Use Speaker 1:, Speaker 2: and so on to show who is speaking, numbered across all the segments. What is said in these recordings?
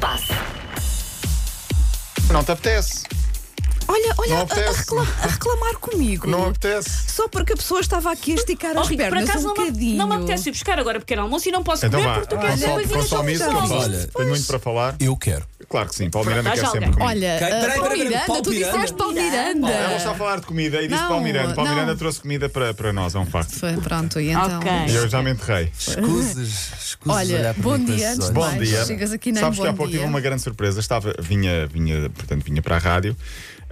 Speaker 1: passe.
Speaker 2: Não te apetece.
Speaker 3: Olha, olha,
Speaker 2: Não
Speaker 3: a,
Speaker 2: apetece.
Speaker 3: a recla- a reclamar comigo.
Speaker 2: Não apetece.
Speaker 3: Só porque a pessoa estava aqui a esticar
Speaker 1: Oh,
Speaker 3: as
Speaker 1: Rita, por
Speaker 3: pernas
Speaker 1: acaso
Speaker 3: um
Speaker 1: não, me,
Speaker 3: bocadinho.
Speaker 1: não me apetece ir buscar agora pequeno almoço e não posso
Speaker 2: Então
Speaker 1: comer
Speaker 2: vá,
Speaker 1: porque tu queres
Speaker 2: consome,
Speaker 1: coisinhas
Speaker 2: consome isso que eu
Speaker 1: saudáveis.
Speaker 2: faço.
Speaker 4: Olha.
Speaker 2: Tenho muito para falar.
Speaker 4: Eu quero.
Speaker 2: Claro que sim. Paulo Miranda
Speaker 1: Haja
Speaker 2: quer sempre
Speaker 1: alguém.
Speaker 2: comigo.
Speaker 3: Olha,
Speaker 4: Quem-
Speaker 3: ah,
Speaker 4: peraí,
Speaker 3: Paulo
Speaker 4: peraí, peraí,
Speaker 3: Miranda,
Speaker 4: Paulo
Speaker 3: tu
Speaker 4: Miranda.
Speaker 3: disseste Paulo Miranda.
Speaker 2: Ela está a falar de comida e disse
Speaker 3: Não,
Speaker 2: Paulo Miranda. Paulo
Speaker 3: não.
Speaker 2: Miranda trouxe comida para, para nós, é um facto.
Speaker 3: Foi, pronto, e então.
Speaker 1: Ok.
Speaker 2: E eu já me enterrei.
Speaker 4: Escusas, escusas.
Speaker 3: Olha,
Speaker 4: olhar para
Speaker 3: bom
Speaker 4: mim com
Speaker 3: dia
Speaker 4: esses
Speaker 3: antes de
Speaker 2: Bom
Speaker 4: olhos.
Speaker 3: mais.
Speaker 2: dia.
Speaker 3: Chegas aqui nem
Speaker 2: Sabes que há
Speaker 3: bom
Speaker 2: pouco
Speaker 3: dia.
Speaker 2: tive uma grande surpresa. Estava, vinha, vinha, portanto, vinha para a rádio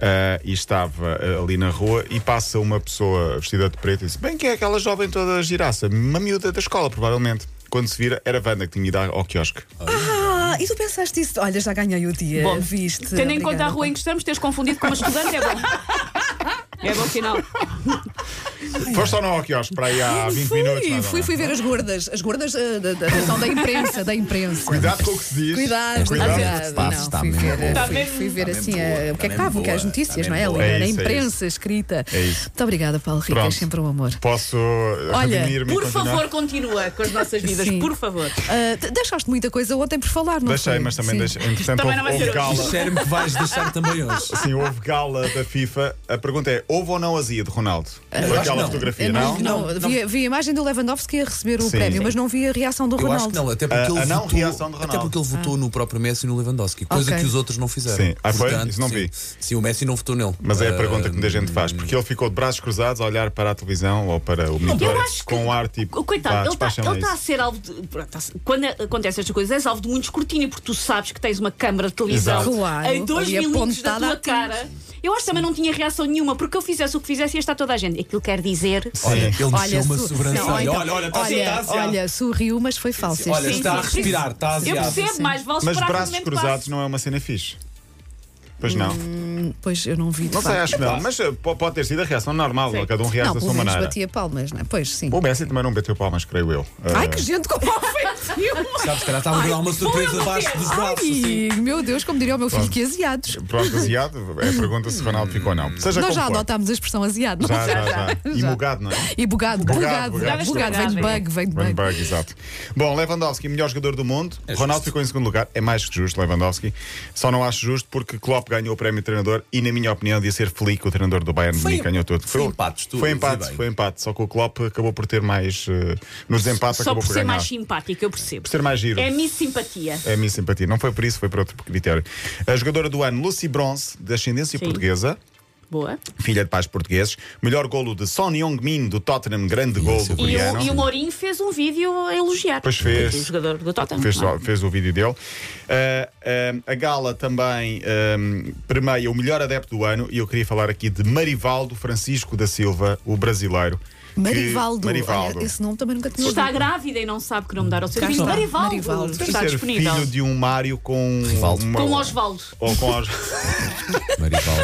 Speaker 2: ah, e estava ah, ali na rua e passa uma pessoa vestida de preto e disse: Bem, que é aquela jovem toda giraça, uma miúda da escola, provavelmente. Quando se vira, era a Wanda que tinha ido ao quiosque.
Speaker 3: Ah, e tu pensaste isso? Olha, já ganhei o dia,
Speaker 1: Bom,
Speaker 3: viste?
Speaker 1: Tendo em conta a
Speaker 3: Obrigada.
Speaker 1: rua em que estamos, teres confundido com uma estudante é bom. É bom sinal.
Speaker 2: Foste ou não ao quiosque para aí há 20
Speaker 3: fui,
Speaker 2: minutos? mais ou
Speaker 3: fui,
Speaker 2: menos?
Speaker 3: fui ver as gordas. As gordas ah, da, da, da, são da imprensa, da imprensa.
Speaker 2: Cuidado com o que se diz.
Speaker 3: Cuidado,
Speaker 2: Cuidado.
Speaker 3: cuidado.
Speaker 4: Está-
Speaker 3: Não,
Speaker 4: está
Speaker 3: fui
Speaker 4: mesmo
Speaker 3: ver,
Speaker 4: boa.
Speaker 3: fui-
Speaker 1: Está mesmo-
Speaker 3: fui ver
Speaker 4: está
Speaker 3: assim
Speaker 4: mesmo
Speaker 3: a- o
Speaker 4: boa,
Speaker 3: que é que
Speaker 4: está
Speaker 3: estava, o que é as
Speaker 4: mesmo
Speaker 3: notícias,
Speaker 4: boa,
Speaker 3: não é?
Speaker 4: está
Speaker 3: Ali
Speaker 4: mesmo
Speaker 2: boa. É
Speaker 3: era a
Speaker 2: isso, é
Speaker 3: imprensa escrita.
Speaker 2: É isso.
Speaker 3: Muito obrigada, Paulo Rico,
Speaker 2: Pronto.
Speaker 3: é sempre um amor.
Speaker 2: Posso uh,
Speaker 3: Olha,
Speaker 2: redimir-me e
Speaker 1: Por
Speaker 2: continuar?
Speaker 1: favor, continua com as nossas vidas,
Speaker 3: Sim.
Speaker 1: por favor.
Speaker 3: Ah, te- deixaste muita coisa ontem por falar, não
Speaker 2: Deixei,
Speaker 3: foi?
Speaker 2: mas também
Speaker 3: Sim.
Speaker 2: deixei. Entretanto, houve,
Speaker 1: Também não vai
Speaker 2: houve
Speaker 1: ser hoje.
Speaker 2: gala.
Speaker 4: Cheiro-me que vais deixar também hoje.
Speaker 2: Sim, houve gala da FIFA. A pergunta é: houve ou não a Zia de Ronaldo? Foi
Speaker 4: acho
Speaker 2: aquela
Speaker 4: que não.
Speaker 2: fotografia,
Speaker 3: Eu
Speaker 2: não?
Speaker 3: não, não, vi, vi a imagem do Lewandowski a receber o
Speaker 2: Sim.
Speaker 3: prémio, mas não vi a reação do
Speaker 4: Eu
Speaker 3: Ronaldo.
Speaker 4: acho que não, até porque
Speaker 2: A-
Speaker 4: ele
Speaker 2: a Ah, não
Speaker 4: votou,
Speaker 2: reação de Ronaldo.
Speaker 4: até porque ele votou no próprio Messi e no Lewandowski, coisa
Speaker 3: Ok.
Speaker 4: que os outros não fizeram.
Speaker 2: Sim. Ah, foi?
Speaker 4: Portanto,
Speaker 2: Isso não
Speaker 4: sim.
Speaker 2: vi.
Speaker 4: Sim, o Messi não votou nele.
Speaker 2: Mas é a
Speaker 4: Ah,
Speaker 2: pergunta que muita gente faz, porque ele ficou de braços cruzados a olhar para a televisão ou para o monitor
Speaker 1: Eu acho que-
Speaker 2: com ar tipo.
Speaker 1: O Coitado, ele
Speaker 2: despachem
Speaker 1: está
Speaker 2: lá
Speaker 1: a
Speaker 2: isso.
Speaker 1: ser alvo de. pronto, tá- quando acontece estas coisas, és alvo de muito escrutínio, porque tu sabes que tens uma câmara de televisão
Speaker 3: Exato. Claro,
Speaker 1: em dois
Speaker 3: ali
Speaker 1: milímetros da
Speaker 3: apontada a
Speaker 1: tua
Speaker 3: ti.
Speaker 1: cara. Eu acho que também não tinha reação nenhuma, porque eu fizesse o que fizesse, ia estar toda a gente. Aquilo quer dizer.
Speaker 4: Olha,
Speaker 2: Sim.
Speaker 4: ele mexeu uma
Speaker 3: su-
Speaker 4: sobrancelha.
Speaker 3: Não, então-
Speaker 4: olha, tá assim, olha, está
Speaker 3: olha,
Speaker 4: a sentar-se.
Speaker 3: olha, sorriu, mas foi falso.
Speaker 4: Olha,
Speaker 3: Sim,
Speaker 4: está a
Speaker 3: sim.
Speaker 4: respirar, tá assim, está
Speaker 1: Eu
Speaker 4: aziado.
Speaker 1: percebo, mais vale
Speaker 2: Mas
Speaker 1: esperar que o
Speaker 2: braços
Speaker 1: momento
Speaker 2: cruzados
Speaker 1: passe.
Speaker 2: não é uma cena fixe. Pois não.
Speaker 3: Pois eu não vi. de
Speaker 2: Não sei,
Speaker 3: facto.
Speaker 2: acho que não. Mas uh, po- pode ter sido a reação normal,
Speaker 1: Sim.
Speaker 2: cada um reage
Speaker 3: Não,
Speaker 2: da
Speaker 3: pelo
Speaker 2: sua
Speaker 3: menos
Speaker 2: maneira.
Speaker 3: batia palmas, não é? Pois sim.
Speaker 2: O Messi também não bateu palmas, creio eu.
Speaker 3: Ai,
Speaker 2: Uh,
Speaker 3: que gente como ofensiu!
Speaker 4: Sabes, se calhar estava tá assim. a dar uma surpresa
Speaker 1: vou
Speaker 4: abaixo dos
Speaker 3: Ai,
Speaker 4: braços. assim.
Speaker 3: meu Deus, como diria o meu filho, que aziados.
Speaker 2: Pronto, aziado, é a pergunta se Ronaldo ficou ou não. Seja
Speaker 3: Hum.
Speaker 2: como
Speaker 3: Nós já
Speaker 2: for.
Speaker 3: adotámos a expressão aziado. não
Speaker 2: Já,
Speaker 3: é?
Speaker 2: já, já. E mugado, não é?
Speaker 3: E bugado,
Speaker 2: Bugado,
Speaker 3: bugado,
Speaker 2: bugado.
Speaker 3: bugado, vem de bug, vem de
Speaker 2: Vem
Speaker 3: bug.
Speaker 2: bug, exato. Bom, Lewandowski, melhor jogador do mundo. Ronaldo
Speaker 4: justo.
Speaker 2: ficou em segundo lugar. É mais que justo, Lewandowski. Só não acho justo porque Klopp ganhou o prémio de treinador e, na minha opinião, devia ser Flick, o treinador do Bayern de
Speaker 4: Foi-
Speaker 2: Munique, ganhou tudo.
Speaker 4: foi empates, tu
Speaker 2: Foi
Speaker 4: dizia
Speaker 2: empate,
Speaker 4: bem.
Speaker 2: foi empate. Só que o Klopp acabou por ter mais. eh, nos empates,
Speaker 1: Só
Speaker 2: acabou
Speaker 1: por
Speaker 2: por
Speaker 1: ser
Speaker 2: ganhar.
Speaker 1: mais simpático, eu percebo.
Speaker 2: Por ser mais giro.
Speaker 1: É a minha simpatia.
Speaker 2: É a minha simpatia. Não foi por isso, foi por outro critério. A jogadora do ano, Lucy Bronze, de ascendência
Speaker 1: Sim.
Speaker 2: portuguesa,
Speaker 1: Boa.
Speaker 2: filha de pais portugueses. Melhor golo de Son Heung-min, do Tottenham, grande gol do
Speaker 1: E
Speaker 2: coreano.
Speaker 1: o, e o Mourinho fez um vídeo a elogiar.
Speaker 2: Pois fez.
Speaker 1: O jogador do Tottenham.
Speaker 2: Fez,
Speaker 1: não é?
Speaker 2: só- fez o vídeo dele. Ah, ah, a gala também ah, permeia o melhor adepto do ano e eu queria falar aqui de Marivaldo Francisco da Silva, o brasileiro. que-
Speaker 3: Marivaldo.
Speaker 2: Marivaldo.
Speaker 3: Olha, esse nome também nunca tinha
Speaker 1: Está
Speaker 3: ouvido.
Speaker 1: grávida e não sabe que nome dar ao seu
Speaker 3: Cá
Speaker 1: filho.
Speaker 3: está.
Speaker 1: Marivaldo.
Speaker 3: Marivaldo.
Speaker 2: Deve
Speaker 1: Está
Speaker 2: ser
Speaker 1: disponível.
Speaker 2: filho de um Mário com.
Speaker 4: Rivaldo.
Speaker 2: uma-
Speaker 1: Com Osvaldo.
Speaker 2: Ou com Os...
Speaker 4: Marivaldo.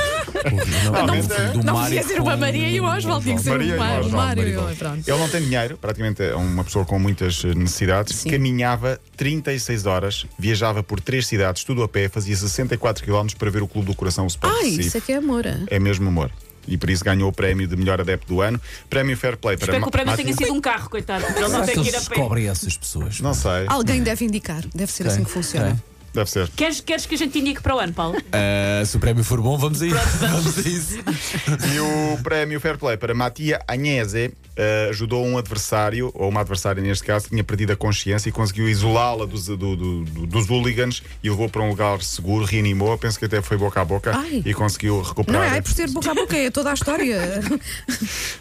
Speaker 4: Não,
Speaker 2: Não,
Speaker 4: não,
Speaker 2: mas,
Speaker 4: filho do
Speaker 3: Não
Speaker 4: Mário
Speaker 3: podia ser uma
Speaker 4: com-
Speaker 3: Maria e o Oswald, tinha que ser
Speaker 2: Maria e um
Speaker 3: o Mar-
Speaker 2: Oswald,
Speaker 3: o Mário. e o-
Speaker 2: Marivaldo.
Speaker 3: Pronto.
Speaker 2: Ele não tem dinheiro, praticamente é uma pessoa com muitas eh, necessidades.
Speaker 3: Sim.
Speaker 2: Caminhava 36 horas, viajava por três cidades, tudo a pé, fazia 64 km para ver o Clube do Coração o Sport
Speaker 3: Ai,
Speaker 2: Recife.
Speaker 3: isso é que é amor.
Speaker 2: é mesmo amor. E por isso ganhou o prémio de melhor adepto do ano. Prémio Fair Play para
Speaker 1: Espero que o prémio
Speaker 2: Martin-
Speaker 1: tenha sido um carro, coitado. porque Ele não
Speaker 4: Será que
Speaker 1: tem que ir a
Speaker 4: eles
Speaker 1: pé.
Speaker 4: descobrem essas pessoas?
Speaker 2: Não sei,
Speaker 3: Alguém deve indicar, deve ser assim que funciona.
Speaker 2: deve ser.
Speaker 1: Queres, queres que a gente indique para o ano, Paulo?
Speaker 2: É.
Speaker 4: Ah, se o prémio for bom, vamos a isso. Vamos a isso.
Speaker 2: E o prémio Fair Play para Matia Agnese eh, ajudou um adversário, ou uma adversária neste caso, que tinha perdido a consciência e conseguiu isolá-la dos, do- do- do- dos hooligans e levou para um lugar seguro, reanimou, penso que até foi boca a boca
Speaker 3: Ai.
Speaker 2: e conseguiu
Speaker 3: Não
Speaker 2: recuperar.
Speaker 3: é? Ai, por ser boca a boca, é toda a história.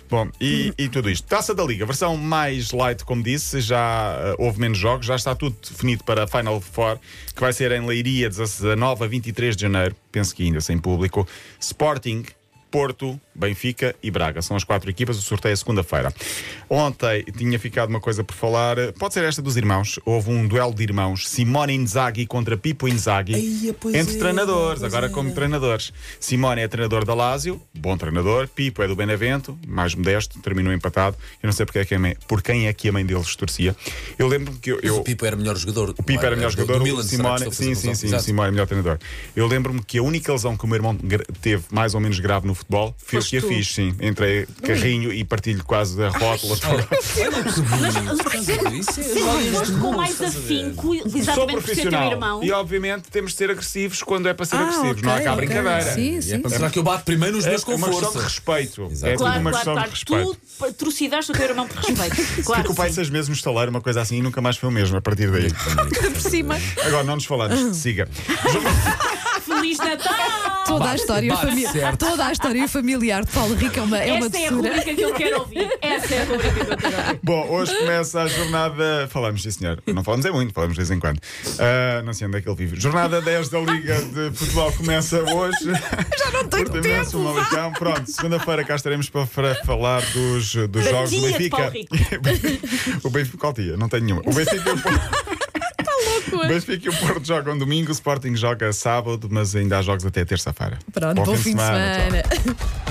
Speaker 2: Bom, e, e tudo isto. Taça da Liga, versão mais light, como disse, já eh, houve menos jogos, já está tudo definido para a Final Four, que vai ser em Leiria, 19 a 23 de janeiro, penso que ainda sem público. Sporting, Porto, Benfica e Braga. São as quatro equipas, o sorteio é segunda-feira. Ontem tinha ficado uma coisa por falar, eh, pode ser esta dos irmãos. Houve um duelo de irmãos, Simone Inzaghi contra Pipo Inzaghi,
Speaker 4: Eia, pois é,
Speaker 2: entre
Speaker 4: era,
Speaker 2: treinadores,
Speaker 4: pois
Speaker 1: é.
Speaker 2: agora como
Speaker 4: era.
Speaker 2: treinadores. Simone é treinador da Lazio, bom treinador. Pipo é do Benevento, mais modesto, terminou empatado. Eu não sei porque é que a mãe- por quem é que a mãe deles torcia. Eu lembro-me que eu.
Speaker 4: Mas
Speaker 2: eu
Speaker 4: o Pipo era melhor jogador.
Speaker 2: o Pipo era melhor
Speaker 4: Do-
Speaker 2: jogador,
Speaker 4: do
Speaker 2: o
Speaker 4: Milan, será que
Speaker 2: Simone,
Speaker 4: estou a fazer
Speaker 2: sim, sim,
Speaker 4: confusão?
Speaker 2: sim,
Speaker 4: Exato.
Speaker 2: Simone é melhor treinador. Eu lembro-me que a única lesão que o meu irmão gra- teve mais ou menos grave no futebol, fui eu
Speaker 1: Foste
Speaker 2: que a
Speaker 1: tu.
Speaker 2: fiz, sim. Entrei carrinho e partilho quase a rótula.
Speaker 1: Sempre foste com mais
Speaker 4: Estás a ver?
Speaker 1: afinco,
Speaker 2: Sou
Speaker 1: exatamente por ser teu
Speaker 2: profissional.
Speaker 1: um irmão.
Speaker 2: E obviamente temos de ser agressivos quando é para ser
Speaker 3: Ah,
Speaker 2: agressivos. Não há
Speaker 3: ok,
Speaker 2: cá
Speaker 3: ok.
Speaker 2: brincadeira.
Speaker 3: Sim, sim.
Speaker 4: Mas Será que eu bato primeiro nos
Speaker 2: É
Speaker 4: meus com
Speaker 2: uma questão de
Speaker 4: força?
Speaker 2: respeito.
Speaker 4: Exato.
Speaker 2: É tudo
Speaker 1: Claro,
Speaker 2: uma
Speaker 1: claro,
Speaker 2: questão
Speaker 1: claro.
Speaker 2: de respeito.
Speaker 1: Tu atrocidades o teu irmão por respeito. Claro.
Speaker 2: Fica o pai
Speaker 1: sim.
Speaker 2: seis meses no estaleiro, uma coisa assim, e nunca mais foi o mesmo a partir daí.
Speaker 3: Por cima.
Speaker 2: Agora não nos falamos, siga.
Speaker 1: Feliz Natal!
Speaker 3: Toda a história,
Speaker 4: Bate
Speaker 3: fami-
Speaker 4: certo.
Speaker 3: toda a história familiar de Paulo Rico é uma, é uma
Speaker 1: Essa é a
Speaker 3: doçura.
Speaker 1: rubrica que eu quero ouvir. Essa é a rubrica que eu quero ouvir.
Speaker 2: Bom, hoje começa a jornada. Falamos, sim senhor. Não falamos é muito, falamos de vez em quando. Ah, não sei onde é que ele vive. Jornada 10 da Liga de Futebol começa hoje. Já não tenho tempo. Malicão. Pronto, segunda-feira cá estaremos para, para falar dos, dos
Speaker 1: Da
Speaker 2: jogos do
Speaker 1: tia de
Speaker 2: Benfica.
Speaker 1: Paulo
Speaker 2: o Benfica, qual tia? Não tenho nenhuma. O Benfica e o Porto.
Speaker 3: Tá
Speaker 2: O Benfica e o Porto jogam domingo, o Sporting joga sábado, mas ainda há jogos até terça-feira.
Speaker 3: Pronto, bom fim de
Speaker 2: tchau.
Speaker 3: semana.